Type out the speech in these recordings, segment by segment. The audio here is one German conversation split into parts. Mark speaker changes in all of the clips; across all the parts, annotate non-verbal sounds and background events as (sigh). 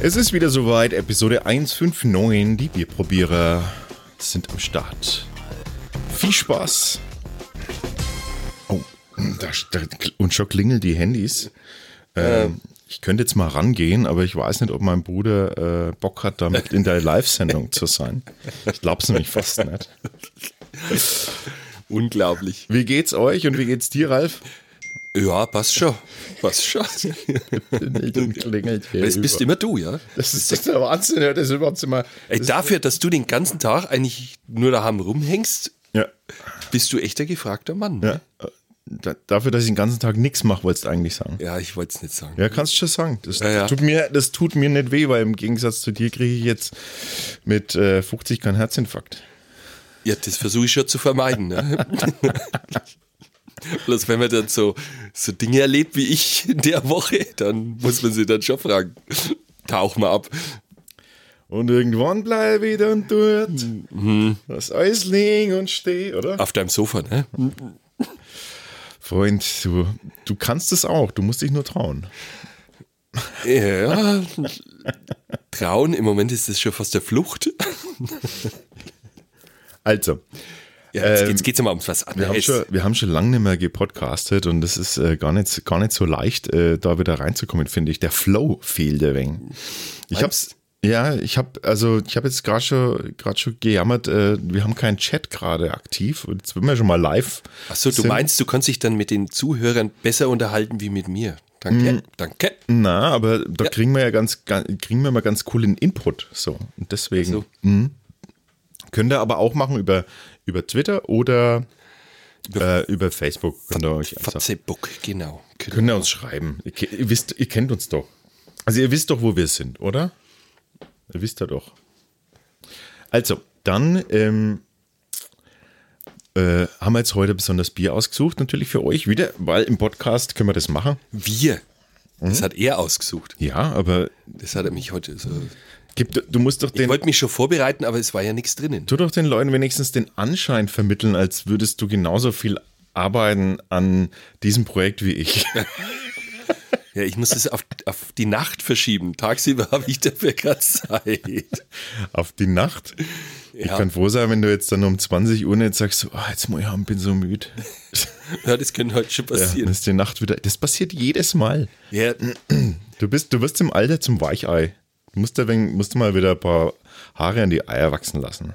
Speaker 1: Es ist wieder soweit, Episode 159, die Bierprobierer sind am Start. Viel Spaß! Oh, da, da, und schon klingeln die Handys. Ähm, ich könnte jetzt mal rangehen, aber ich weiß nicht, ob mein Bruder äh, Bock hat, damit in der Live-Sendung zu sein. Ich glaube es nämlich fast nicht.
Speaker 2: Unglaublich.
Speaker 1: Wie geht's euch und wie geht's dir, Ralf?
Speaker 2: Ja, passt schon. Passt
Speaker 1: (laughs)
Speaker 2: schon.
Speaker 1: klingelt hier
Speaker 2: Das bist
Speaker 1: über.
Speaker 2: immer du, ja?
Speaker 1: das ist doch der Wahnsinn, ja, das ist überhaupt immer.
Speaker 2: Ey, dafür, dass du den ganzen Tag eigentlich nur daheim rumhängst,
Speaker 1: Ja,
Speaker 2: bist du echter gefragter Mann.
Speaker 1: ja. äh,
Speaker 2: ne?
Speaker 1: Da, dafür, dass ich den ganzen Tag nichts mache, wolltest du eigentlich sagen.
Speaker 2: ja ich wollte es nicht sagen.
Speaker 1: Ja, kannst schon sagen. Das,
Speaker 2: Ja, ja.
Speaker 1: Tut mir, das tut mir nicht weh, weil im Gegensatz zu dir kriege ich jetzt mit äh, 50 keinen Herzinfarkt.
Speaker 2: Ja, das versuche ich schon zu vermeiden.
Speaker 1: (laughs)
Speaker 2: Ne? Bloß wenn man dann so, so Dinge erlebt wie ich in der Woche, dann muss man sie dann schon fragen. Tauch mal ab.
Speaker 1: Und irgendwann bleibe ich dann dort.
Speaker 2: Mhm.
Speaker 1: Das Eis liegen und steh, oder?
Speaker 2: Auf deinem Sofa, ne?
Speaker 1: Freund, du, du kannst es auch. Du musst dich nur trauen. (laughs)
Speaker 2: Ja. Trauen, im Moment ist das schon fast der Flucht.
Speaker 1: Also,
Speaker 2: Ja, jetzt,
Speaker 1: Ähm,
Speaker 2: jetzt geht's ja mal um was anderes.
Speaker 1: wir haben, schon, wir haben schon lange nicht mehr gepodcastet und es ist äh, gar, nicht, gar nicht so leicht, äh, da wieder reinzukommen, finde ich. Der Flow fehlt ein wenig. Ich hab's, ja, ich habe also ich habe jetzt gerade schon, grad schon gejammert, äh, wir haben keinen Chat gerade aktiv und jetzt sind wir schon mal live.
Speaker 2: Achso, du
Speaker 1: sind.
Speaker 2: meinst, du kannst dich dann mit den Zuhörern besser unterhalten wie mit mir. Danke,
Speaker 1: Mhm.
Speaker 2: danke.
Speaker 1: Na, aber da kriegen wir ja ganz, ga- kriegen wir mal ganz coolen Input. So. Und deswegen. hm.
Speaker 2: So.
Speaker 1: Könnt ihr aber auch machen über, über Twitter oder über, äh, über Facebook. Könnt ihr euch einfach
Speaker 2: Fatzebook, genau.
Speaker 1: Könnt ihr uns schreiben. Ihr, ke- ihr, wisst, ihr kennt uns doch. Also ihr wisst doch, wo wir sind, oder? Ihr wisst ja doch. Also, dann ähm, äh, haben wir jetzt heute besonders Bier ausgesucht, natürlich für euch wieder, weil im Podcast können wir das machen.
Speaker 2: Wir. Das
Speaker 1: Mhm.
Speaker 2: hat er ausgesucht.
Speaker 1: Ja, aber
Speaker 2: Das hat er mich heute so.
Speaker 1: gib, du- du musst doch
Speaker 2: Ich
Speaker 1: den,
Speaker 2: wollte mich schon vorbereiten, aber es war ja nichts drinnen.
Speaker 1: tu doch den Leuten wenigstens den Anschein vermitteln, als würdest du genauso viel arbeiten an diesem Projekt wie ich.
Speaker 2: Ja, ich muss es auf, auf die Nacht verschieben. Tagsüber habe ich dafür keine Zeit.
Speaker 1: auf die Nacht. Ich
Speaker 2: Ja.
Speaker 1: kann froh sein, wenn du jetzt dann um 20 Uhr nicht sagst, so, ah, jetzt muss ich haben, bin so
Speaker 2: (laughs)
Speaker 1: müde.
Speaker 2: Ja, das könnte heute schon
Speaker 1: Ja, dann
Speaker 2: passieren.
Speaker 1: ist die Nacht wieder. Das passiert jedes Mal.
Speaker 2: Ja,
Speaker 1: Du bist, du wirst im Alter zum Weichei. Du musst, da wegen, musst du mal wieder ein paar Haare an die Eier wachsen lassen.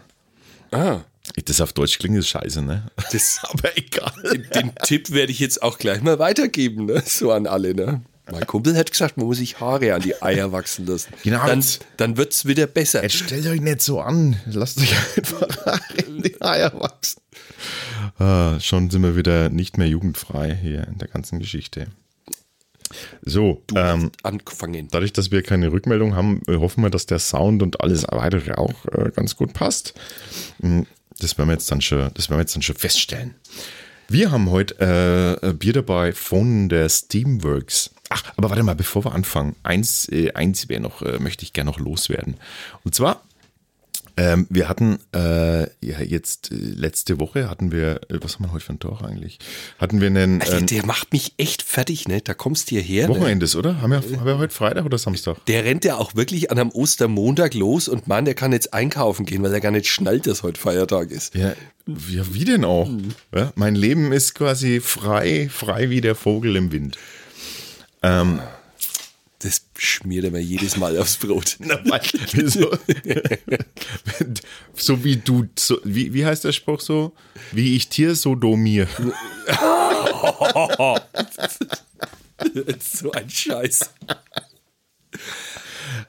Speaker 2: ah,
Speaker 1: Das auf Deutsch klingt ist scheiße, ne?
Speaker 2: das,
Speaker 1: (laughs) Aber egal.
Speaker 2: den, den Tipp werde ich jetzt auch gleich mal weitergeben, ne? so an alle. Ne? Mein Kumpel hat gesagt, man muss sich Haare an die Eier wachsen lassen.
Speaker 1: Genau.
Speaker 2: Dann, dann wird es wieder besser.
Speaker 1: Jetzt stellt euch nicht so an. Lasst euch einfach (laughs) Haare an die Eier wachsen. Ah, schon sind wir wieder nicht mehr jugendfrei hier in der ganzen Geschichte. So,
Speaker 2: Du
Speaker 1: ähm,
Speaker 2: hast angefangen.
Speaker 1: dadurch, dass wir keine Rückmeldung haben, äh, hoffen wir, dass der Sound und alles weitere auch äh, ganz gut passt. Mm, Das werden wir jetzt dann schon, das werden wir jetzt dann schon feststellen. Wir haben heute äh, ein Bier dabei von der Steamworks. Ach, aber warte mal, bevor wir anfangen, eins, äh, eins wäre noch, äh, möchte ich gerne noch loswerden. Und zwar ähm, wir hatten äh, ja jetzt äh, letzte Woche hatten wir, äh, was haben wir heute für einen Tag eigentlich? Hatten wir einen
Speaker 2: Alter,
Speaker 1: äh,
Speaker 2: der macht mich echt fertig, ne? Da kommst du hierher. Ne?
Speaker 1: Wochenendes, oder? Haben wir, haben wir heute Freitag oder Samstag?
Speaker 2: Der rennt ja auch wirklich an einem Ostermontag los und Mann, der kann jetzt einkaufen gehen, weil er gar nicht schnallt, dass heute Feiertag ist.
Speaker 1: Ja, ja, wie denn auch?
Speaker 2: Mhm.
Speaker 1: Ja, mein Leben ist quasi frei, frei wie der Vogel im Wind.
Speaker 2: Das schmiert er mir jedes Mal aufs Brot. (laughs)
Speaker 1: Wieso? (laughs) so wie du, so, wie, wie heißt der Spruch so? Wie ich Tier, so do mir.
Speaker 2: so ein Scheiß.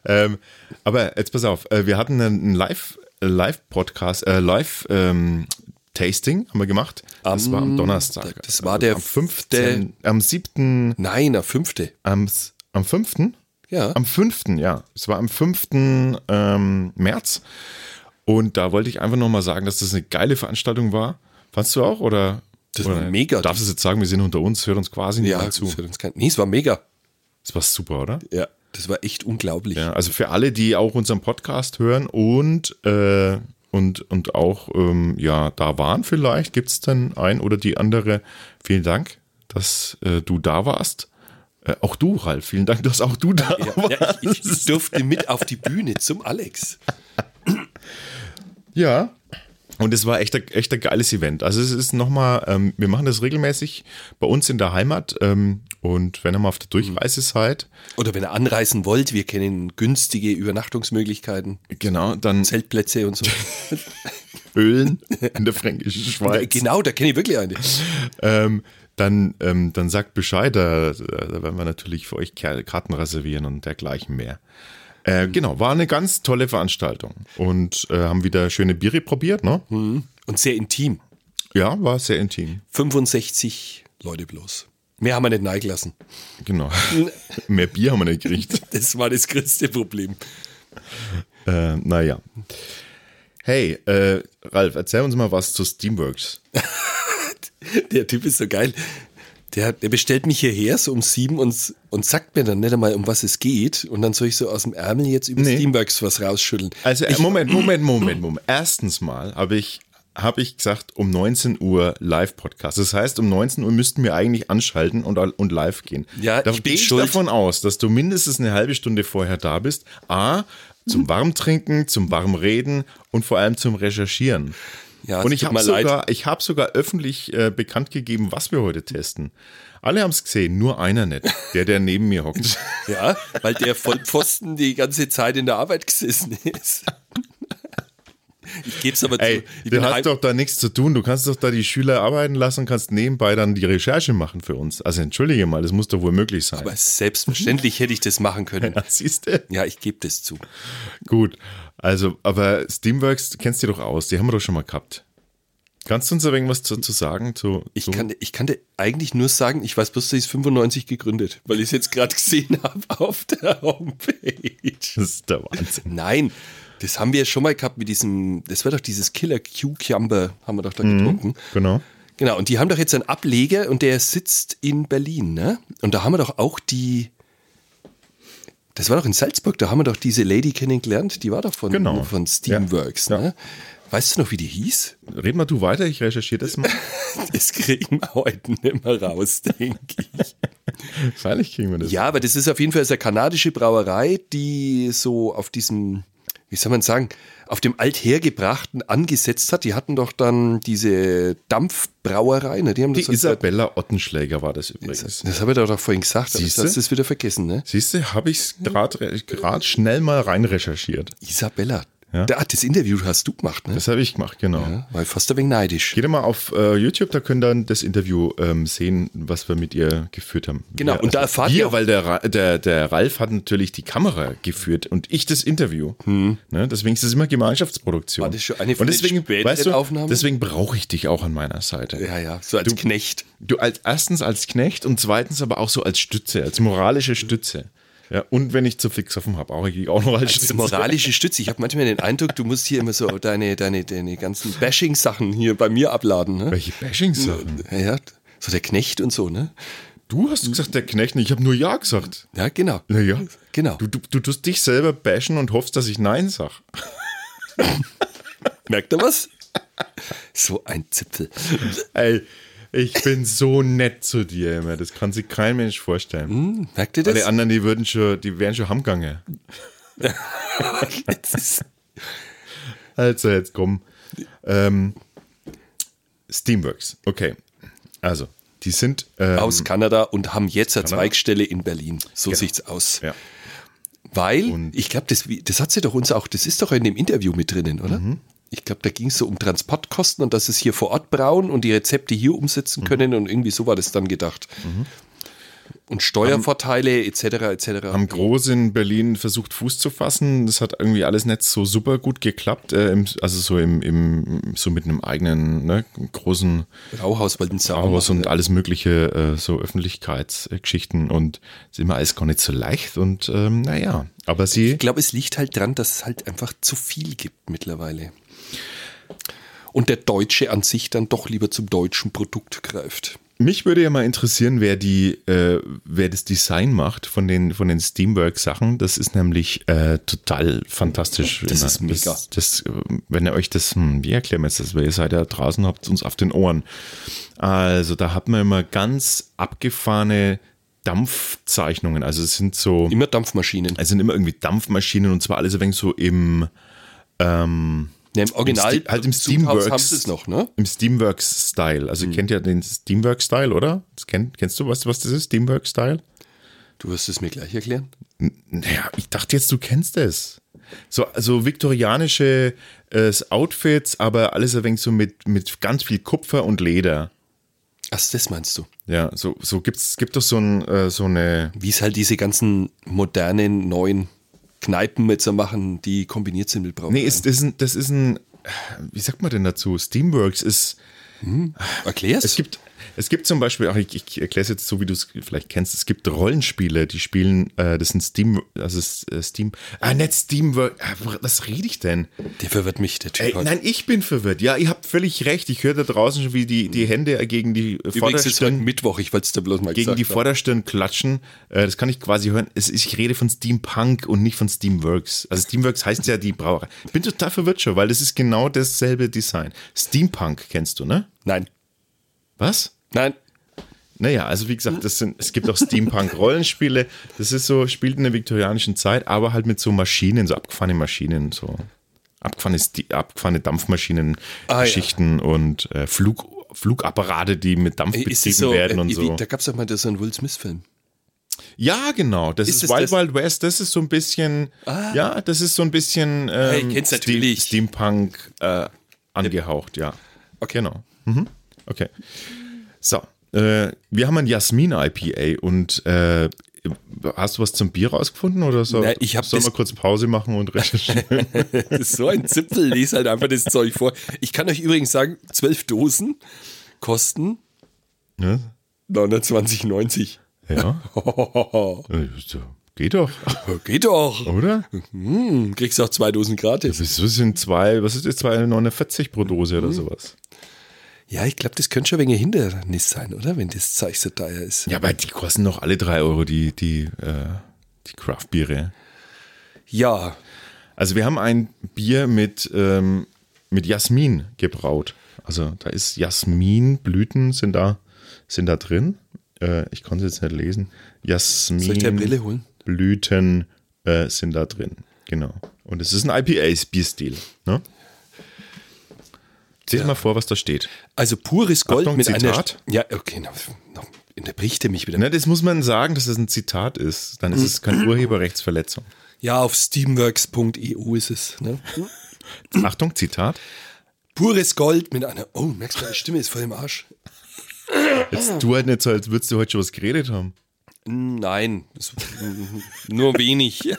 Speaker 1: ähm, aber jetzt pass auf, äh, wir hatten einen Live- äh, Live-Podcast, äh, Live-Tasting haben wir gemacht. Das war am Donnerstag. Also
Speaker 2: das war der
Speaker 1: am 15. Am 7.
Speaker 2: Nein, der fünfte.
Speaker 1: Am, s- am 5.?
Speaker 2: Ja.
Speaker 1: Am 5. ja. Es war am 5. Ähm, März. Und da wollte ich einfach nochmal sagen, dass das eine geile Veranstaltung war. Fandst du auch? Oder?
Speaker 2: Das war
Speaker 1: oder
Speaker 2: mega.
Speaker 1: Darfst du jetzt sagen, wir sind unter uns, hört uns quasi niemand
Speaker 2: Ja,
Speaker 1: zu.
Speaker 2: das hat uns kein- nee, es war mega.
Speaker 1: Das war super, oder?
Speaker 2: Ja, das war echt unglaublich.
Speaker 1: Ja, also für alle, die auch unseren Podcast hören und, äh, und, und auch ähm, ja, da waren vielleicht, gibt es dann ein oder die andere. Vielen Dank, dass äh, du da warst. Äh, auch du, Ralf, vielen Dank, dass auch du da
Speaker 2: Ja,
Speaker 1: warst.
Speaker 2: ja, ich, (laughs) ich durfte mit auf die Bühne zum Alex.
Speaker 1: Ja. Und es war echt, ein- echt ein geiles Event. Also es ist nochmal, ähm, wir machen das regelmäßig bei uns in der Heimat. Ähm, und wenn ihr mal auf der Durchreise seid,
Speaker 2: Oder wenn ihr anreisen wollt, wir kennen günstige Übernachtungsmöglichkeiten,
Speaker 1: genau, dann
Speaker 2: Zeltplätze und so. (laughs)
Speaker 1: Ölen in der (laughs) fränkischen Schweiz.
Speaker 2: genau, da kenne ich wirklich eine.
Speaker 1: ähm, dann, ähm, dann sagt Bescheid, da, da werden wir natürlich für euch Ker- Karten reservieren und dergleichen mehr. Äh, genau, war eine ganz tolle Veranstaltung und äh, haben wieder schöne Biere probiert, ne?
Speaker 2: Und sehr intim.
Speaker 1: Ja, war sehr intim,
Speaker 2: 65 Leute bloß. Mehr haben wir nicht neigelassen.
Speaker 1: (laughs) genau. Mehr Bier haben wir nicht gekriegt.
Speaker 2: Das war das größte Problem.
Speaker 1: äh, naja. Hey, äh, Ralf, erzähl uns mal was zu Steamworks.
Speaker 2: Der Typ ist so geil. Der, der bestellt mich hierher so um sieben und, und sagt mir dann nicht einmal, um was es geht. Und dann soll ich so aus dem Ärmel jetzt über
Speaker 1: Nee.
Speaker 2: Steamworks was rausschütteln.
Speaker 1: Also äh, Moment, Moment, Moment, Moment. Erstens mal habe ich, habe ich gesagt, um 19 Uhr Live-Podcast. Das heißt, um 19 Uhr müssten wir eigentlich anschalten und, und live gehen.
Speaker 2: Ja,
Speaker 1: da
Speaker 2: ich bin
Speaker 1: gehe ich
Speaker 2: schuld.
Speaker 1: davon aus, dass du mindestens eine halbe Stunde vorher da bist. A, zum
Speaker 2: Mhm.
Speaker 1: Warmtrinken, zum Warmreden und vor allem zum Recherchieren.
Speaker 2: Ja, es
Speaker 1: und ich
Speaker 2: tut
Speaker 1: habe
Speaker 2: mir leid.
Speaker 1: sogar, ich habe sogar öffentlich äh, bekannt gegeben, was wir heute testen. Alle haben es gesehen, nur einer nicht, der, der neben mir
Speaker 2: (laughs)
Speaker 1: hockt.
Speaker 2: Ja, weil der Vollpfosten die ganze Zeit in der Arbeit gesessen ist. Ich gebe es aber
Speaker 1: Ey,
Speaker 2: zu. Also, Ich
Speaker 1: du
Speaker 2: bin
Speaker 1: hast
Speaker 2: heim-
Speaker 1: doch da nichts zu tun. Du kannst doch da die Schüler arbeiten lassen und kannst nebenbei dann die Recherche machen für uns. Also entschuldige mal, das muss doch wohl möglich sein.
Speaker 2: aber selbstverständlich hätte ich das machen können.
Speaker 1: (laughs) ja, siehst du?
Speaker 2: Ja, ich gebe das zu.
Speaker 1: Gut. Also, aber Steamworks kennst du doch aus. Die haben wir doch schon mal gehabt. Kannst du uns da irgendwas zu, zu sagen? Zu,
Speaker 2: Ich
Speaker 1: zu?
Speaker 2: kann, ich kann dir eigentlich nur sagen, ich weiß bloß, dass ich es 95 gegründet, weil ich es jetzt gerade (laughs) gesehen habe auf der Homepage.
Speaker 1: (laughs) Das ist der Wahnsinn.
Speaker 2: Nein, das haben wir schon mal gehabt mit diesem, das war doch dieses Killer Cucumber, haben wir doch da getrunken.
Speaker 1: Genau.
Speaker 2: Genau, und die haben doch jetzt einen Ableger und der sitzt in Berlin, ne? Und da haben wir doch auch die, das war doch in Salzburg, da haben wir doch diese Lady kennengelernt, die war doch von,
Speaker 1: Genau.
Speaker 2: von Steamworks,
Speaker 1: Ja. Ja.
Speaker 2: ne? Weißt du noch, wie die hieß?
Speaker 1: Red mal du weiter, ich recherchiere das
Speaker 2: (laughs)
Speaker 1: mal.
Speaker 2: Das kriegen wir heute nicht mehr raus, (laughs) denke ich.
Speaker 1: Freilich kriegen wir das.
Speaker 2: Ja, aber das ist auf jeden Fall ist eine kanadische Brauerei, die so auf diesem, wie soll man sagen, auf dem Althergebrachten angesetzt hat. Die hatten doch dann diese Dampfbrauerei, ne? Die haben das,
Speaker 1: Die Isabella Ottenschläger war das übrigens.
Speaker 2: das habe ich doch doch vorhin gesagt, aber jetzt
Speaker 1: Siehste?
Speaker 2: hast du es wieder vergessen, ne?
Speaker 1: Siehst du, habe ich es gerade schnell mal rein recherchiert.
Speaker 2: Isabella.
Speaker 1: Ja.
Speaker 2: Da, das Interview hast du gemacht, ne?
Speaker 1: Das habe ich gemacht, genau.
Speaker 2: Ja, war ich fast ein wenig neidisch.
Speaker 1: Geht mal auf äh, YouTube, da könnt ihr dann das Interview ähm, sehen, was wir mit ihr geführt haben. wir,
Speaker 2: Genau,
Speaker 1: also
Speaker 2: und da erfahrt
Speaker 1: wir,
Speaker 2: ihr auch-
Speaker 1: weil der, Ra- der, der Ralf hat natürlich die Kamera geführt und ich das Interview. Ne, deswegen ist das immer Gemeinschaftsproduktion.
Speaker 2: Hm. War das schon eine von
Speaker 1: und
Speaker 2: den
Speaker 1: deswegen,
Speaker 2: späteren
Speaker 1: weißt du,
Speaker 2: Aufnahmen?
Speaker 1: deswegen brauche ich dich auch an meiner Seite.
Speaker 2: Ja, ja, so als Knecht.
Speaker 1: Du als erstens als Knecht und zweitens aber auch so als Stütze, als moralische Stütze. Ja, und wenn ich zu fix offen habe, auch ich auch noch als
Speaker 2: Das ist
Speaker 1: Stütze.
Speaker 2: moralische Stütze. Ich habe manchmal den Eindruck, du musst hier immer so deine, deine, deine ganzen Bashing-Sachen hier bei mir abladen, ne?
Speaker 1: Welche Bashing-Sachen?
Speaker 2: Ja, Ja, so der Knecht und so, ne?
Speaker 1: Du hast gesagt, der Knecht, ich habe nur Ja gesagt.
Speaker 2: Ja, genau.
Speaker 1: Naja,
Speaker 2: Genau.
Speaker 1: Du, du, du tust dich selber bashen und hoffst, dass ich Nein sag.
Speaker 2: Merkt ihr was? (laughs) So ein Zipfel.
Speaker 1: Ey, ich bin so nett zu dir immer. Das kann sich kein Mensch vorstellen.
Speaker 2: Merkt ihr
Speaker 1: Alle
Speaker 2: Hm, das?
Speaker 1: anderen, die würden schon, die wären schon Hamgange.
Speaker 2: (laughs) Das ist-
Speaker 1: Also, jetzt komm. Ähm, Steamworks, okay. Also, die sind. Ähm, Genau.
Speaker 2: aus Kanada und haben jetzt eine Zweigstelle in Berlin. So sieht's aus.
Speaker 1: Ja.
Speaker 2: Weil, ich glaube, das, das hat sie doch uns auch, das ist doch in dem Interview mit drinnen, oder?
Speaker 1: Mhm.
Speaker 2: Ich glaube, da ging es so um Transportkosten und dass es hier vor Ort brauen und die Rezepte hier
Speaker 1: Mhm.
Speaker 2: umsetzen können und irgendwie so war das dann gedacht. Und Steuervorteile etc. etc.
Speaker 1: Haben groß in Berlin versucht, Fuß zu fassen. Das hat irgendwie alles nicht so super gut geklappt. Äh, im, also, so, im, im, so mit einem eigenen, ne, großen.
Speaker 2: Brauhaus wollten sie auch
Speaker 1: Star Wars
Speaker 2: machen.
Speaker 1: und alles mögliche äh, so Öffentlichkeitsgeschichten und ist immer alles gar nicht so leicht und ähm, naja, aber sie
Speaker 2: Ich glaube, es liegt halt dran, dass es halt einfach zu viel gibt mittlerweile. Und der Deutsche an sich dann doch lieber zum deutschen Produkt greift.
Speaker 1: mich würde ja mal interessieren, wer die äh, wer das Design macht von den von den Steamwork Sachen, das ist nämlich äh, total fantastisch.
Speaker 2: Das ist mega.
Speaker 1: Das, das äh, wenn ihr euch das hm, wie erklären wir jetzt das, weil ihr seid ja draußen habt uns auf den Ohren. Also, da hat man immer ganz abgefahrene Dampfzeichnungen. Also es sind so.
Speaker 2: Immer Dampfmaschinen.
Speaker 1: Es sind immer irgendwie Dampfmaschinen und zwar alles ein wenig so im. Ähm,
Speaker 2: Ja, Ne, Im Original
Speaker 1: Ste- halt im
Speaker 2: Steamworks
Speaker 1: Steamworks.
Speaker 2: haben sie es noch, ne?
Speaker 1: im Steamworks-Style. Also,
Speaker 2: Mhm.
Speaker 1: ihr kennt ja den Steamworks-Style, oder? Das kennt, kennst du, weißt du, was das ist? Steamworks-Style?
Speaker 2: Du wirst es mir gleich erklären.
Speaker 1: Naja, ich dachte jetzt, du kennst es. So also viktorianische äh, Outfits, aber alles ein wenig so mit, mit ganz viel Kupfer und Leder.
Speaker 2: Ach, das meinst du?
Speaker 1: Ja, so, so gibt's, gibt es so, ein, äh, so eine.
Speaker 2: Wie es halt diese ganzen modernen, neuen Kneipen jetzt so machen, die kombiniert sind mit Brauereien.
Speaker 1: Nee, ist, das ist ein, das ist ein. Wie sagt man denn dazu? Steamworks ist.
Speaker 2: Erklär's?
Speaker 1: Es gibt, es gibt zum Beispiel, ach, ich, ich erkläre es jetzt so, wie du es vielleicht kennst, es gibt Rollenspiele, die spielen, äh, das sind Steam, also es ist, äh, Steam, ah, nicht Steamwork, ah, was rede ich denn?
Speaker 2: der verwirrt mich, der Typ.
Speaker 1: Ey,
Speaker 2: heute.
Speaker 1: nein, ich bin verwirrt. Ja, ihr habt völlig recht. Ich höre da draußen schon, wie die, die Hände gegen die
Speaker 2: Hm. Übrigens ist heute
Speaker 1: Vorderstirn,
Speaker 2: Mittwoch, ich wollte es dir bloß mal
Speaker 1: gegen die
Speaker 2: gesagt haben.
Speaker 1: Vorderstirn klatschen. Äh, das kann ich quasi hören. Es, ist- ich rede von Steampunk und nicht von Steamworks. Also Steamworks heißt ja die Brauerei. Ich bin total verwirrt schon, weil das ist genau dasselbe Design. Steampunk kennst du, ne?
Speaker 2: Nein,
Speaker 1: Was?
Speaker 2: nein.
Speaker 1: Naja, also wie gesagt, das sind, es gibt auch Steampunk-Rollenspiele. Das ist so, spielt in der viktorianischen Zeit, aber halt mit so Maschinen, so abgefahrene Maschinen, so abgefahrene, Sti- abgefahrene Dampfmaschinen,
Speaker 2: Ah, ja.
Speaker 1: Geschichten und äh, Flug, Flugapparate, die mit Dampf
Speaker 2: Ey, Ist
Speaker 1: betrieben
Speaker 2: es so,
Speaker 1: werden
Speaker 2: äh,
Speaker 1: und
Speaker 2: wie-
Speaker 1: so.
Speaker 2: da gab es doch mal so einen Will Smith-Film.
Speaker 1: Ja, genau. Das
Speaker 2: Ist
Speaker 1: ist,
Speaker 2: es
Speaker 1: Wild
Speaker 2: das-
Speaker 1: Wild West. Das ist so ein bisschen, ja, das ist so ein bisschen ähm,
Speaker 2: ich kenn's
Speaker 1: Ste-
Speaker 2: natürlich.
Speaker 1: Steampunk äh, angehaucht, ja. Okay. Genau. Mhm. Okay. So, äh, wir haben ein Jasmin IPA und äh, hast du was zum Bier rausgefunden oder so?
Speaker 2: Na, ich hab
Speaker 1: Sollen
Speaker 2: das-
Speaker 1: wir kurz Pause machen und
Speaker 2: (laughs)
Speaker 1: recherchieren?
Speaker 2: So ein Zipfel, lese halt einfach das Zeug vor. Ich kann euch übrigens sagen, zwölf Dosen kosten
Speaker 1: ne?
Speaker 2: 29,90. (laughs)
Speaker 1: Ja. Äh, so, Geht doch,
Speaker 2: Geht doch.
Speaker 1: oder?
Speaker 2: Hm, kriegst auch zwei Dosen gratis.
Speaker 1: Wieso sind zwei, was ist jetzt 2,49 pro Dose
Speaker 2: Mhm.
Speaker 1: oder sowas?
Speaker 2: Ja, ich glaube, das könnte schon wegen Hindernis sein, oder? Wenn das Zeug so teuer ist.
Speaker 1: Ja, aber die kosten doch alle drei Euro, die, die, äh, die Craft-Biere.
Speaker 2: Ja,
Speaker 1: Also wir haben ein Bier mit, ähm, mit Jasmin gebraut. Also da ist Jasminblüten sind da, sind da drin. Äh, ich konnte es jetzt nicht lesen.
Speaker 2: soll ich dir eine Brille
Speaker 1: Jasminblüten
Speaker 2: holen?
Speaker 1: äh, sind da drin. Genau. Und es ist ein IPA-Bierstil. Ne? Lies mal vor, was da steht.
Speaker 2: Also pures Gold
Speaker 1: Achtung,
Speaker 2: mit
Speaker 1: Zitat.
Speaker 2: einer. Ja, okay, na, na, unterbricht er mich wieder.
Speaker 1: Ne, das muss man sagen, dass es ein Zitat ist.
Speaker 2: Mhm.
Speaker 1: Dann ist es keine Urheberrechtsverletzung.
Speaker 2: Ja, auf steamworks.eu ist es. Ne?
Speaker 1: Achtung, Zitat.
Speaker 2: Pures Gold mit einer. Oh, merkst du, meine Stimme ist voll im Arsch. Ah.
Speaker 1: Jetzt tu halt nicht so, als würdest du heute schon was geredet haben.
Speaker 2: Nein, das, nur wenig.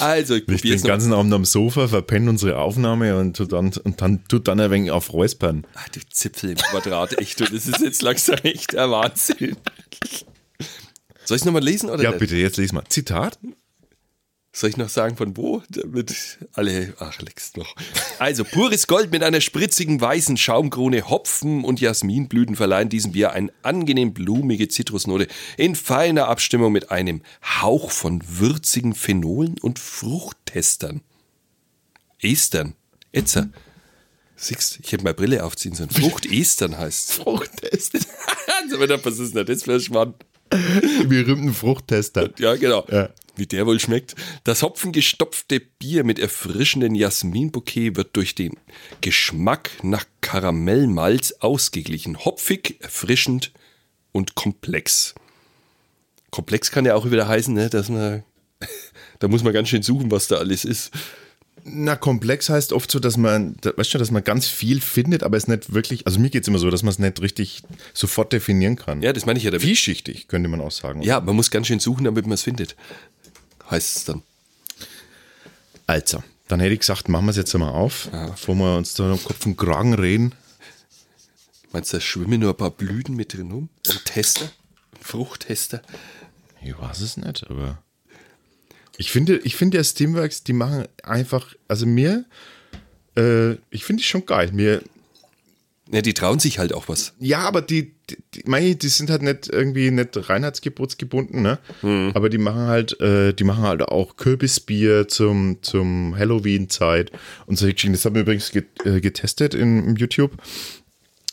Speaker 2: also, ich
Speaker 1: Ich bin
Speaker 2: probiere
Speaker 1: den ganzen Abend am Sofa, verpenne unsere Aufnahme und tut dann, und dann, tut dann ein wenig auf Räuspern.
Speaker 2: Ach, du Zipfel im Quadrat, echt. Und das ist jetzt langsam echt der Wahnsinn. Soll ich es nochmal lesen oder
Speaker 1: Ja,
Speaker 2: nicht?
Speaker 1: bitte, jetzt les mal. Zitat.
Speaker 2: Soll ich noch sagen, von wo? Damit alle. Ach, leckst noch. Also, pures Gold mit einer spritzigen weißen Schaumkrone, Hopfen und Jasminblüten verleihen diesem Bier eine angenehm blumige Zitrusnote in feiner Abstimmung mit einem Hauch von würzigen Phenolen und Fruchttestern. Estern. Etzer. Siehst, ich hätte meine Brille aufziehen sollen. Fruchtestern heißt (laughs)
Speaker 1: Fruchttest.
Speaker 2: Was ist denn das für ein Schmarrn?
Speaker 1: Die berühmten Fruchttester.
Speaker 2: Ja, genau.
Speaker 1: Ja.
Speaker 2: Wie der wohl schmeckt. Das hopfengestopfte Bier mit erfrischendem Jasminbouquet wird durch den Geschmack nach Karamellmalz ausgeglichen. Hopfig, erfrischend und komplex. Komplex kann ja auch wieder heißen, ne, dass man. (laughs) Da muss man ganz schön suchen, was da alles ist.
Speaker 1: Na, komplex heißt oft so, dass man, da, weißt du, dass man ganz viel findet, aber es nicht wirklich, also mir geht es immer so, dass man es nicht richtig sofort definieren kann.
Speaker 2: Ja, das meine ich ja damit.
Speaker 1: Vielschichtig, könnte man auch sagen.
Speaker 2: Ja, man muss ganz schön suchen, damit man es findet. Heißt es dann.
Speaker 1: Also, dann hätte ich gesagt, machen wir es jetzt einmal auf,
Speaker 2: Ah.
Speaker 1: bevor wir uns da am Kopf und Kragen reden.
Speaker 2: Meinst du, da schwimmen nur ein paar Blüten mit drin rum? Und Tester? Fruchttester?
Speaker 1: Ich weiß es nicht, aber. Ich finde, ich finde ja Steamworks, die machen einfach, also mir, äh, ich finde die schon geil. Mir,
Speaker 2: Ja, die trauen sich halt auch was.
Speaker 1: ja, aber die, die, die, mei, die sind halt nicht irgendwie nicht reinheitsgebotsgebunden, ne? Aber die machen halt, äh, die machen halt auch Kürbisbier zum, zum Halloween-Zeit und solche Geschichten. Das haben wir übrigens get, äh, getestet in, im YouTube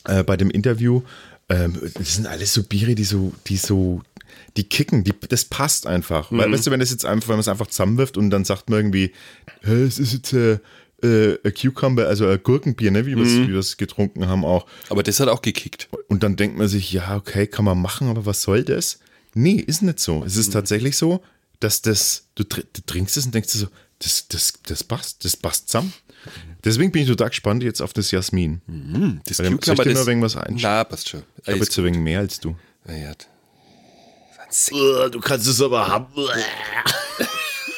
Speaker 1: äh, bei dem Interview. Ähm, das sind alles so Biere, die so, die so, die kicken, die, das passt einfach. Weil, weißt du, wenn das jetzt einfach, wenn man es einfach zusammenwirft und dann sagt man irgendwie, "Hä, es ist jetzt äh, äh, ein Cucumber, also ein Gurkenbier, ne, wie wir es getrunken haben auch.
Speaker 2: Aber das hat auch gekickt.
Speaker 1: Und dann denkt man sich, ja, okay, kann man machen, aber was soll das? Nee, ist nicht so. Es ist tatsächlich so, dass das, du, tr- du trinkst es und denkst dir so, das, das, das passt, das passt zusammen. Deswegen bin ich total gespannt jetzt auf das Jasmin.
Speaker 2: Das
Speaker 1: Soll ich dir nur wegen was einschenken?
Speaker 2: Na, passt schon.
Speaker 1: Ich habe
Speaker 2: Alles
Speaker 1: jetzt ein wenig mehr als du.
Speaker 2: gut. Ja, ja.
Speaker 1: Du kannst es aber haben.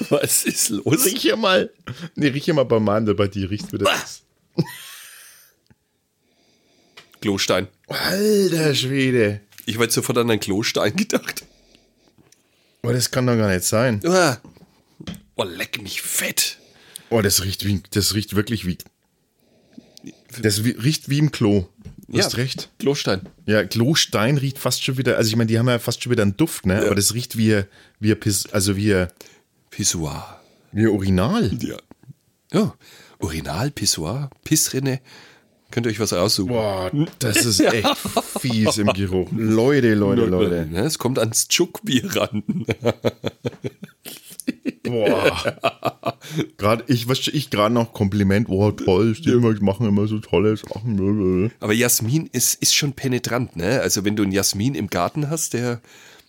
Speaker 2: Was ist los?
Speaker 1: Riech hier mal. Nee, riech hier mal bei meinem, bei dir riecht wieder. das.
Speaker 2: Klostein.
Speaker 1: Alter Schwede.
Speaker 2: Ich habe jetzt sofort an einen Klostein gedacht.
Speaker 1: Oh, das kann doch gar nicht sein.
Speaker 2: Ah. Oh, leck mich fett.
Speaker 1: Oh, das riecht wie, das riecht wirklich wie. Das wie, riecht wie im Klo. Du hast recht.
Speaker 2: Klostein.
Speaker 1: Ja, Klostein riecht fast schon wieder. Also ich meine, die haben ja fast schon wieder einen Duft, ne? Aber das riecht wie, wie ein Piss, also wie,
Speaker 2: Pissoir.
Speaker 1: wie ein Urinal.
Speaker 2: Ja. Ja. Urinal, Pissoir, Pissrinne. Könnt ihr euch was aussuchen?
Speaker 1: Boah, das ist echt fies im Geruch. Leute, Leute, Leute.
Speaker 2: Ne, Es kommt ans Tschuckbier ran.
Speaker 1: Boah. gerade ich, was ich gerade noch Kompliment. Boah, toll, ist die immer, die machen immer so tolle Sachen. Blablabla.
Speaker 2: Aber Jasmin ist, ist schon penetrant, ne? Also wenn du einen Jasmin im Garten hast, der,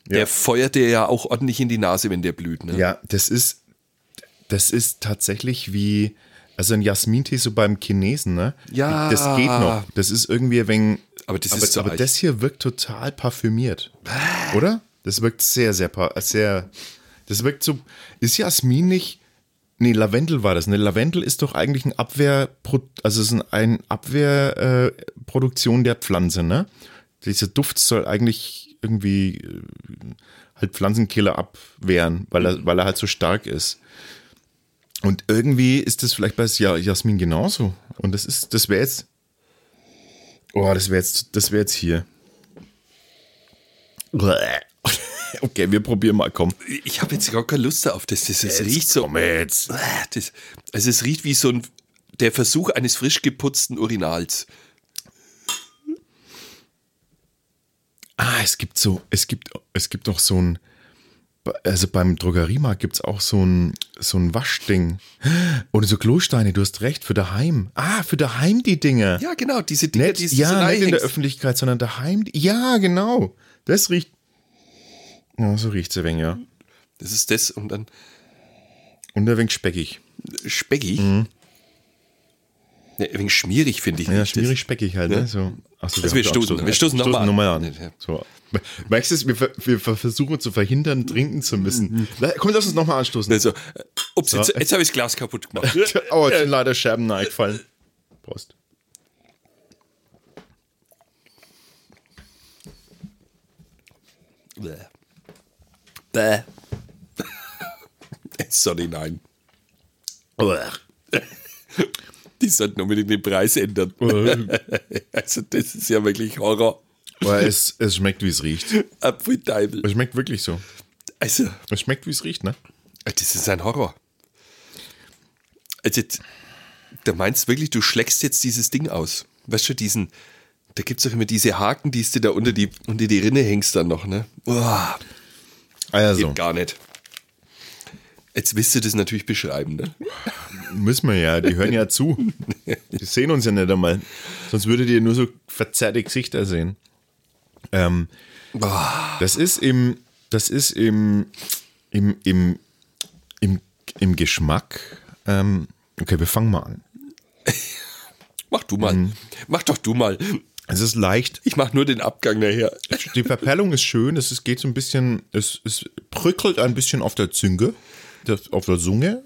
Speaker 2: der feuert dir ja auch ordentlich in die Nase, wenn der blüht, ne?
Speaker 1: Ja, das ist, das ist tatsächlich wie, also ein Jasmintee so beim Chinesen, ne?
Speaker 2: Ja.
Speaker 1: Das geht noch. Das ist irgendwie ein wenig,
Speaker 2: Aber das
Speaker 1: aber,
Speaker 2: ist zu
Speaker 1: aber
Speaker 2: alt.
Speaker 1: das hier wirkt total parfümiert. Oder? Das wirkt sehr, sehr, par- sehr, das wirkt so, ist Jasmin nicht, nee, Lavendel war das, ne? Lavendel ist doch eigentlich ein Abwehr, also es ist ein Abwehrproduktion äh, Produktion der Pflanze, ne? Dieser Duft soll eigentlich irgendwie äh, halt Pflanzenkiller abwehren, weil er, weil er halt so stark ist. Und irgendwie ist das vielleicht bei Ja- Jasmin genauso. Und das ist, das wäre jetzt. Oh, das wäre jetzt, das wäre jetzt hier. (laughs) Okay, wir probieren mal, komm.
Speaker 2: Ich habe jetzt gar keine Lust auf das. Das, das riecht so.
Speaker 1: Komm jetzt.
Speaker 2: Das, also es riecht wie so ein der Versuch eines frisch geputzten Urinals.
Speaker 1: Ah, es gibt so, es gibt, es gibt auch so ein, also beim Drogeriemarkt gibt es auch so ein, so ein Waschding. Oder so Klosteine, du hast recht, für daheim. Ah, für daheim die Dinge.
Speaker 2: Ja, genau, diese Dinger,
Speaker 1: Nicht,
Speaker 2: die die
Speaker 1: ja, nicht in der
Speaker 2: reinhängst.
Speaker 1: Öffentlichkeit, sondern daheim. Ja, genau. Das riecht. Ja, so riecht es ein wenig, ja.
Speaker 2: Das ist das und dann
Speaker 1: Und ein wenig speckig.
Speaker 2: speckig. Ne, ein wenig schmierig, finde ich.
Speaker 1: Mhm. Ja,
Speaker 2: nicht.
Speaker 1: schwierig speckig halt, ne? So. Achso,
Speaker 2: Also wir
Speaker 1: haben-
Speaker 2: stoßen- wir stoßen noch mal
Speaker 1: nochmal
Speaker 2: an.
Speaker 1: an. So. Merkst du, es? wir, ver- wir ver- versuchen zu verhindern, trinken zu
Speaker 2: Mhm.
Speaker 1: müssen. Le- Komm, lass uns nochmal anstoßen.
Speaker 2: Das, also, äh, ups, jetzt, jetzt habe ich das Glas kaputt
Speaker 1: (laughs)
Speaker 2: gemacht.
Speaker 1: Oh, jetzt sind leider Scherben nahe gefallen.
Speaker 2: (laughs)
Speaker 1: Prost.
Speaker 2: Bäh. Bäh. (laughs) Sorry, nein. (laughs) Die sollten unbedingt den Preis ändern. (laughs) Also, das ist ja wirklich Horror.
Speaker 1: Aber es, es schmeckt, wie es riecht.
Speaker 2: Apfelteibel.
Speaker 1: Es schmeckt wirklich so.
Speaker 2: Also,
Speaker 1: Es schmeckt, wie es riecht, ne?
Speaker 2: das ist ein Horror. Also, jetzt- da meinst du wirklich, du schlägst jetzt dieses Ding aus. Weißt du, diesen, da gibt es doch immer diese Haken, die du da unter die, unter die Rinne hängst dann noch, ne? Uah, Ah,
Speaker 1: Also,
Speaker 2: Gar nicht. Jetzt willst du das natürlich beschreiben, ne?
Speaker 1: müssen wir ja. Die hören ja zu. Die sehen uns ja nicht einmal. Sonst würdet ihr nur so verzerrte Gesichter sehen. Ähm, Das ist im, das ist im, im, im, im, im Geschmack. Ähm, okay, wir fangen mal an.
Speaker 2: Mach du mal.
Speaker 1: Mhm.
Speaker 2: Mach doch du mal.
Speaker 1: Es ist leicht.
Speaker 2: Ich mach nur den Abgang nachher.
Speaker 1: Die Verperlung ist schön. Es ist, geht so ein bisschen, es, es prückelt ein bisschen auf der Zunge, das, auf der Zunge.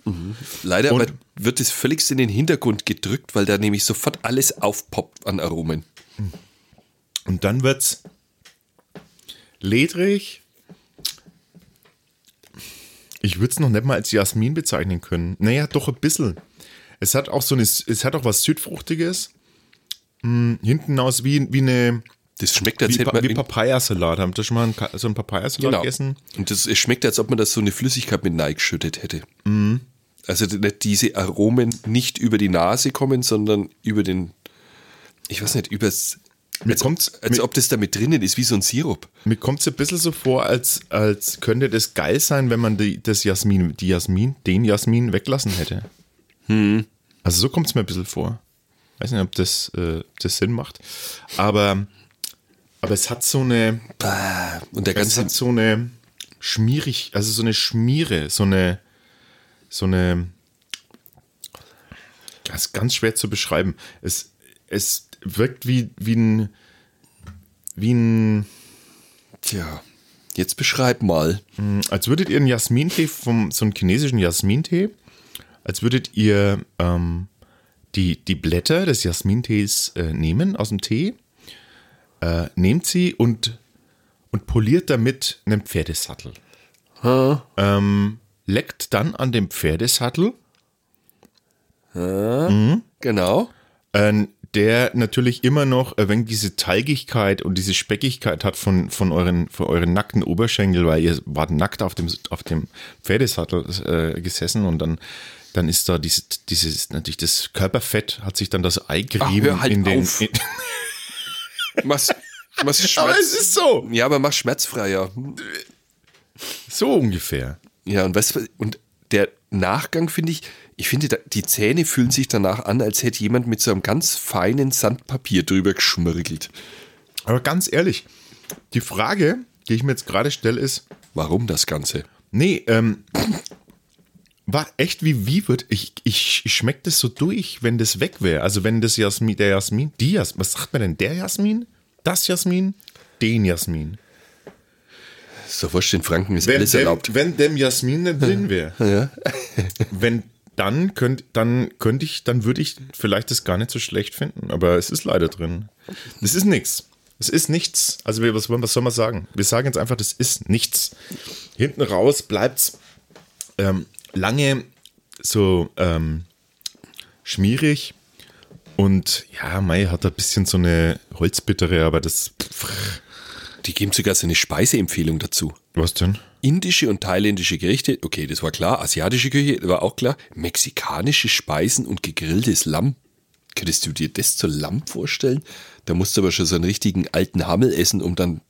Speaker 2: Leider
Speaker 1: Und-
Speaker 2: aber wird es völlig in den Hintergrund gedrückt, weil da nämlich sofort alles aufpoppt an Aromen.
Speaker 1: Und dann wird's ledrig. Ich würde es noch nicht mal als Jasmin bezeichnen können. Naja, doch ein bisschen. Es hat auch so eine, es hat auch was Südfruchtiges. Hm, hinten aus wie, wie eine,
Speaker 2: Das schmeckt, als
Speaker 1: wie,
Speaker 2: hätte
Speaker 1: pa
Speaker 2: man.
Speaker 1: wie Papayasalat. Habt ihr schon mal einen, Ka- so einen Papayasalat
Speaker 2: genau.
Speaker 1: gegessen?
Speaker 2: Und das, es schmeckt, als ob man das so eine Flüssigkeit mit Nike geschüttet hätte.
Speaker 1: Mhm.
Speaker 2: Also nicht diese Aromen nicht über die Nase kommen, sondern über den. Ich weiß nicht, übers.
Speaker 1: Mir kommt's,
Speaker 2: Als ob das da mit drinnen ist, wie so ein Sirup.
Speaker 1: Mir kommt es ein bisschen so vor, als, als könnte das geil sein, wenn man die, das Jasmin, die Jasmin, den Jasmin weglassen hätte. Also so kommt es mir ein bisschen vor. Weiß nicht, ob das, äh, das Sinn macht. Aber, aber es hat so eine,
Speaker 2: Bah, Und der
Speaker 1: es
Speaker 2: ganze.
Speaker 1: hat so eine schmierig, also so eine Schmiere, so eine, so eine, das ist ganz schwer zu beschreiben. Es, es wirkt wie, wie ein, wie ein,
Speaker 2: Tja, jetzt beschreib mal.
Speaker 1: als würdet ihr einen Jasmintee vom so einen chinesischen Jasmintee, als würdet ihr ähm, die, die Blätter des Jasmintees äh, nehmen aus dem Tee, äh, nehmt sie und, und poliert damit einen Pferdesattel. Ähm, leckt dann an dem Pferdesattel,
Speaker 2: Genau.
Speaker 1: äh, der natürlich immer noch äh, wenn diese Teigigkeit und diese Speckigkeit hat von, von, euren, von euren nackten Oberschenkel, weil ihr wart nackt auf dem, auf dem Pferdesattel äh, gesessen und dann, dann ist da diese, dieses, natürlich das Körperfett hat sich dann das Ei gerieben
Speaker 2: hör halt
Speaker 1: in den.
Speaker 2: auf.
Speaker 1: In,
Speaker 2: Mach's, (laughs) mach's
Speaker 1: aber es
Speaker 2: schmerz.
Speaker 1: ist so.
Speaker 2: Ja, aber mach schmerzfreier.
Speaker 1: So ungefähr.
Speaker 2: Ja, und weißt du, und der Nachgang finde ich, ich finde, da- die Zähne fühlen sich danach an, als hätte jemand mit so einem ganz feinen Sandpapier drüber geschmirgelt.
Speaker 1: Aber ganz ehrlich, die Frage, die ich mir jetzt gerade stelle, ist,
Speaker 2: Warum das Ganze?
Speaker 1: Nee, ähm, war echt wie wie wird ich ich, ich schmeckt das so durch, wenn das weg wäre. Also wenn das Jasmin, der Jasmin, die Jasmin, was sagt man denn, der Jasmin, das Jasmin, den Jasmin.
Speaker 2: So wurscht, in Franken ist
Speaker 1: Wenn,
Speaker 2: alles
Speaker 1: dem,
Speaker 2: erlaubt.
Speaker 1: wenn dem Jasmin nicht drin wäre. (laughs) wenn dann könnt dann könnte ich dann würde ich vielleicht das gar nicht so schlecht finden, aber es ist leider drin. Das ist nichts. Es ist nichts. Also wir, was, wollen- was soll man sagen? Wir sagen jetzt einfach, das ist nichts. Hinten raus bleibt's ähm, lange so ähm, schmierig und ja, Mai hat da ein bisschen so eine Holzbittere, aber das
Speaker 2: Die geben sogar so eine Speiseempfehlung dazu.
Speaker 1: was denn?
Speaker 2: Indische und thailändische Gerichte, okay, das war klar. Asiatische Küche war auch klar. Mexikanische Speisen und gegrilltes Lamm. Könntest du dir das zu Lamm vorstellen? Da musst du aber schon so einen richtigen alten Hammel essen, um dann,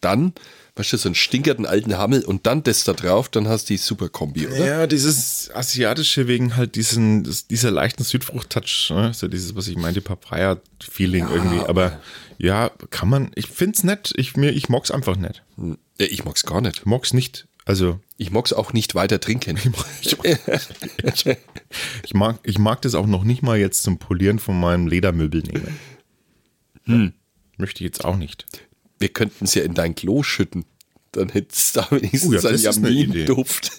Speaker 2: dann, weißt du, so einen stinkerten alten Hammel und dann das da drauf, dann hast du die super Kombi, oder?
Speaker 1: Ja, dieses asiatische wegen halt diesen das- dieser leichten Südfrucht-Touch, ne? so dieses, was ich meinte, Papaya-Feeling irgendwie. Aber ja, kann man. Ich find's nett. Ich mir, ich mag's einfach nicht.
Speaker 2: Äh, Ich mag's gar nicht.
Speaker 1: Ich mag's nicht. Also
Speaker 2: Ich mag's auch nicht weiter trinken.
Speaker 1: ich mag, ich mag das auch noch nicht mal jetzt zum Polieren von meinem Ledermöbel nehmen. Möchte ich jetzt auch nicht.
Speaker 2: (laughs) Wir könnten es ja in dein Klo schütten. Dann hättest du da
Speaker 1: Oh ja,
Speaker 2: wenigstens einen
Speaker 1: das ist eine Idee. (laughs)
Speaker 2: Jamin-Duft.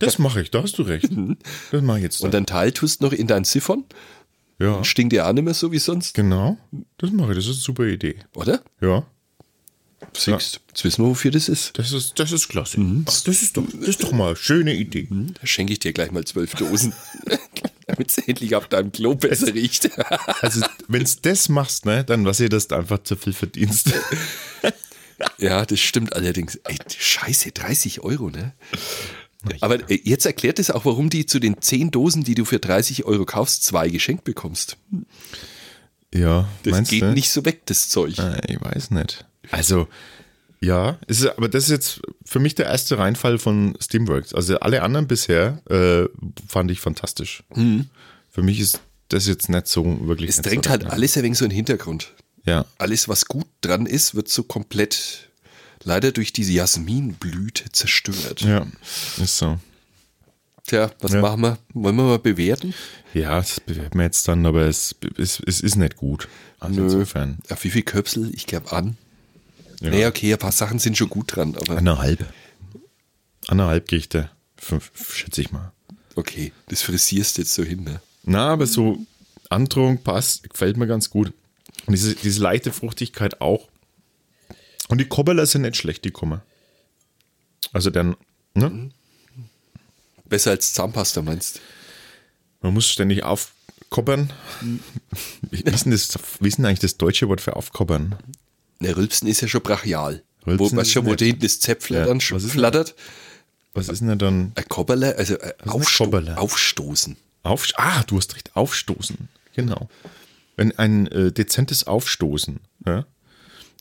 Speaker 1: Das mache ich. Da hast du recht. Das mache ich jetzt.
Speaker 2: Und
Speaker 1: dann.
Speaker 2: dann Teil tust noch in dein Siphon.
Speaker 1: Ja,
Speaker 2: Stinkt ja auch nicht mehr so wie sonst,
Speaker 1: genau. Das mache ich. Das ist eine super Idee.
Speaker 2: oder?
Speaker 1: Ja.
Speaker 2: Siehst, du, jetzt wissen wir, wofür das ist.
Speaker 1: Das ist, das ist klasse. Ach, das ist doch, das ist doch mal eine schöne Idee.
Speaker 2: Da schenke ich dir gleich mal zwölf Dosen, (laughs) damit es endlich auf deinem Klo besser riecht. (laughs)
Speaker 1: Also, wenn du das machst, ne, dann was ihr das einfach zu viel
Speaker 2: (laughs)
Speaker 1: verdienst.
Speaker 2: ja, das stimmt allerdings. Ey, die scheiße, 30 Euro, ne? Aber äh, jetzt erklärt es auch, warum die zu den 10 Dosen, die du für 30 Euro kaufst, zwei geschenkt bekommst.
Speaker 1: Ja,
Speaker 2: Das
Speaker 1: meinst
Speaker 2: geht
Speaker 1: du?
Speaker 2: nicht so weg, das Zeug.
Speaker 1: Äh, Ich weiß nicht. Also, ja, es ist, aber das ist jetzt für mich der erste Reinfall von Steamworks. Also, alle anderen bisher äh, fand ich fantastisch. Für mich ist das jetzt nicht so wirklich.
Speaker 2: Hm. Es
Speaker 1: nicht
Speaker 2: drängt
Speaker 1: so
Speaker 2: halt
Speaker 1: rein.
Speaker 2: alles ein wenig so in den Hintergrund.
Speaker 1: Ja.
Speaker 2: Alles, was gut dran ist, wird so komplett leider durch diese Jasminblüte zerstört.
Speaker 1: Ja, ist so.
Speaker 2: Tja, was machen wir? Wollen wir mal bewerten?
Speaker 1: Ja, das bewerben wir jetzt dann, aber es, es, es ist nicht gut. Also, insofern.
Speaker 2: Auf wie viel Köpsel? Ich glaube an. Naja, okay, ein paar Sachen sind schon gut dran, aber
Speaker 1: Anderthalb. Anderthalb gehe ich da. Fünf, schätze ich mal.
Speaker 2: okay, das frisierst jetzt so hin, ne?
Speaker 1: Na, aber so Androhung passt, gefällt mir ganz gut. Und diese, diese leichte Fruchtigkeit auch. Und die Kobbeler sind nicht schlecht, die Kummer. Also dann, ne?
Speaker 2: Besser als Zahnpasta meinst
Speaker 1: Man muss ständig aufkobbern. Wie ist, denn das, wie ist denn eigentlich das deutsche Wort für aufkobbern?
Speaker 2: Na, Ne, Rülpsen ist ja schon brachial.
Speaker 1: Rülpsen
Speaker 2: wo, weißt
Speaker 1: ist
Speaker 2: schon, wo
Speaker 1: nett.
Speaker 2: da hinten das Zäpfler
Speaker 1: Ja,
Speaker 2: dann schon
Speaker 1: was ist denn-
Speaker 2: flattert.
Speaker 1: Was ist denn dann?
Speaker 2: Ein Kobberle, also äh, aufsto
Speaker 1: Kobberle?
Speaker 2: aufstoßen.
Speaker 1: Auf, ah, du hast recht, aufstoßen. Genau. Wenn ein äh, dezentes Aufstoßen. Ja?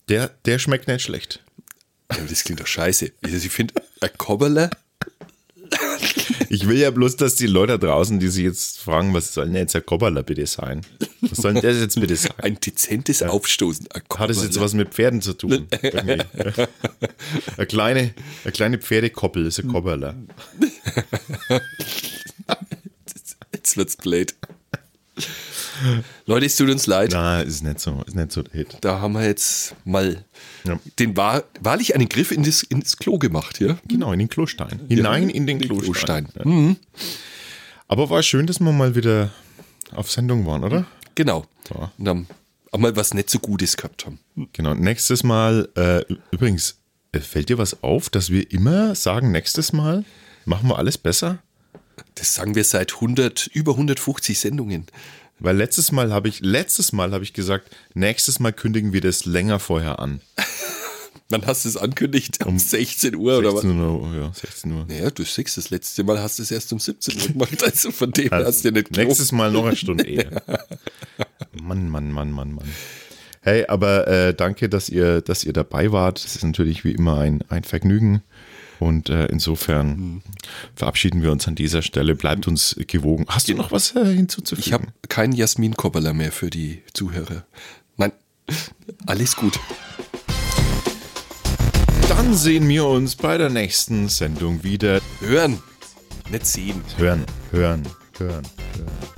Speaker 1: Der, der schmeckt nicht schlecht.
Speaker 2: Ja, aber das klingt doch scheiße. Also ich finde, ein Kobberler.
Speaker 1: Ich will ja bloß, dass die Leute da draußen, die sich jetzt fragen, was soll denn jetzt ein Kobberler bitte sein? Was soll denn das jetzt bitte sein?
Speaker 2: Ein dezentes Aufstoßen. Ein
Speaker 1: Hat das jetzt
Speaker 2: Kobberler.
Speaker 1: was mit Pferden zu tun? Irgendwie. eine, kleine, eine kleine Pferdekoppel ist ein Kobberler.
Speaker 2: Jetzt wird's blöd. Leute, es tut uns leid.
Speaker 1: Na, ist nicht so, ist nicht so der Hit.
Speaker 2: Da haben wir jetzt mal
Speaker 1: Ja.
Speaker 2: den wahr, wahrlich einen Griff in das, ins Klo gemacht, ja?
Speaker 1: Genau, in den Klostein. Hinein in den Klostein.
Speaker 2: Mhm. Klostein. Mhm.
Speaker 1: Aber war schön, dass wir mal wieder auf Sendung waren, oder?
Speaker 2: Genau.
Speaker 1: Ja.
Speaker 2: Und dann auch mal was nicht so Gutes gehabt haben.
Speaker 1: Genau. Nächstes Mal, äh, übrigens, äh, fällt dir was auf, dass wir immer sagen, nächstes Mal machen wir alles besser?
Speaker 2: Das sagen wir seit 100, über 150 Sendungen.
Speaker 1: Weil letztes Mal habe ich, letztes Mal habe ich gesagt, nächstes Mal kündigen wir das länger vorher an.
Speaker 2: Wann hast du es ankündigt? Um 16 Uhr oder was?
Speaker 1: 16 Uhr, ja, 16 Uhr.
Speaker 2: Naja, du siehst, das letzte Mal hast du es erst um 17 Uhr gemacht, also von dem her hast du ja nicht
Speaker 1: nächstes Mal noch eine Stunde
Speaker 2: (laughs)
Speaker 1: eher. Mann, Mann, Mann, Mann, Mann. Hey, aber äh, danke, dass ihr, dass ihr dabei wart. Es ist natürlich wie immer ein, ein Vergnügen. Und äh, insofern verabschieden wir uns an dieser Stelle. Bleibt uns gewogen. Hast du noch was äh, hinzuzufügen?
Speaker 2: Ich habe keinen Jasmin Kobberler mehr für die Zuhörer. Nein, alles gut.
Speaker 1: Dann sehen wir uns bei der nächsten Sendung wieder.
Speaker 2: Hören, nicht sehen.
Speaker 1: Hören, hören, hören, hören.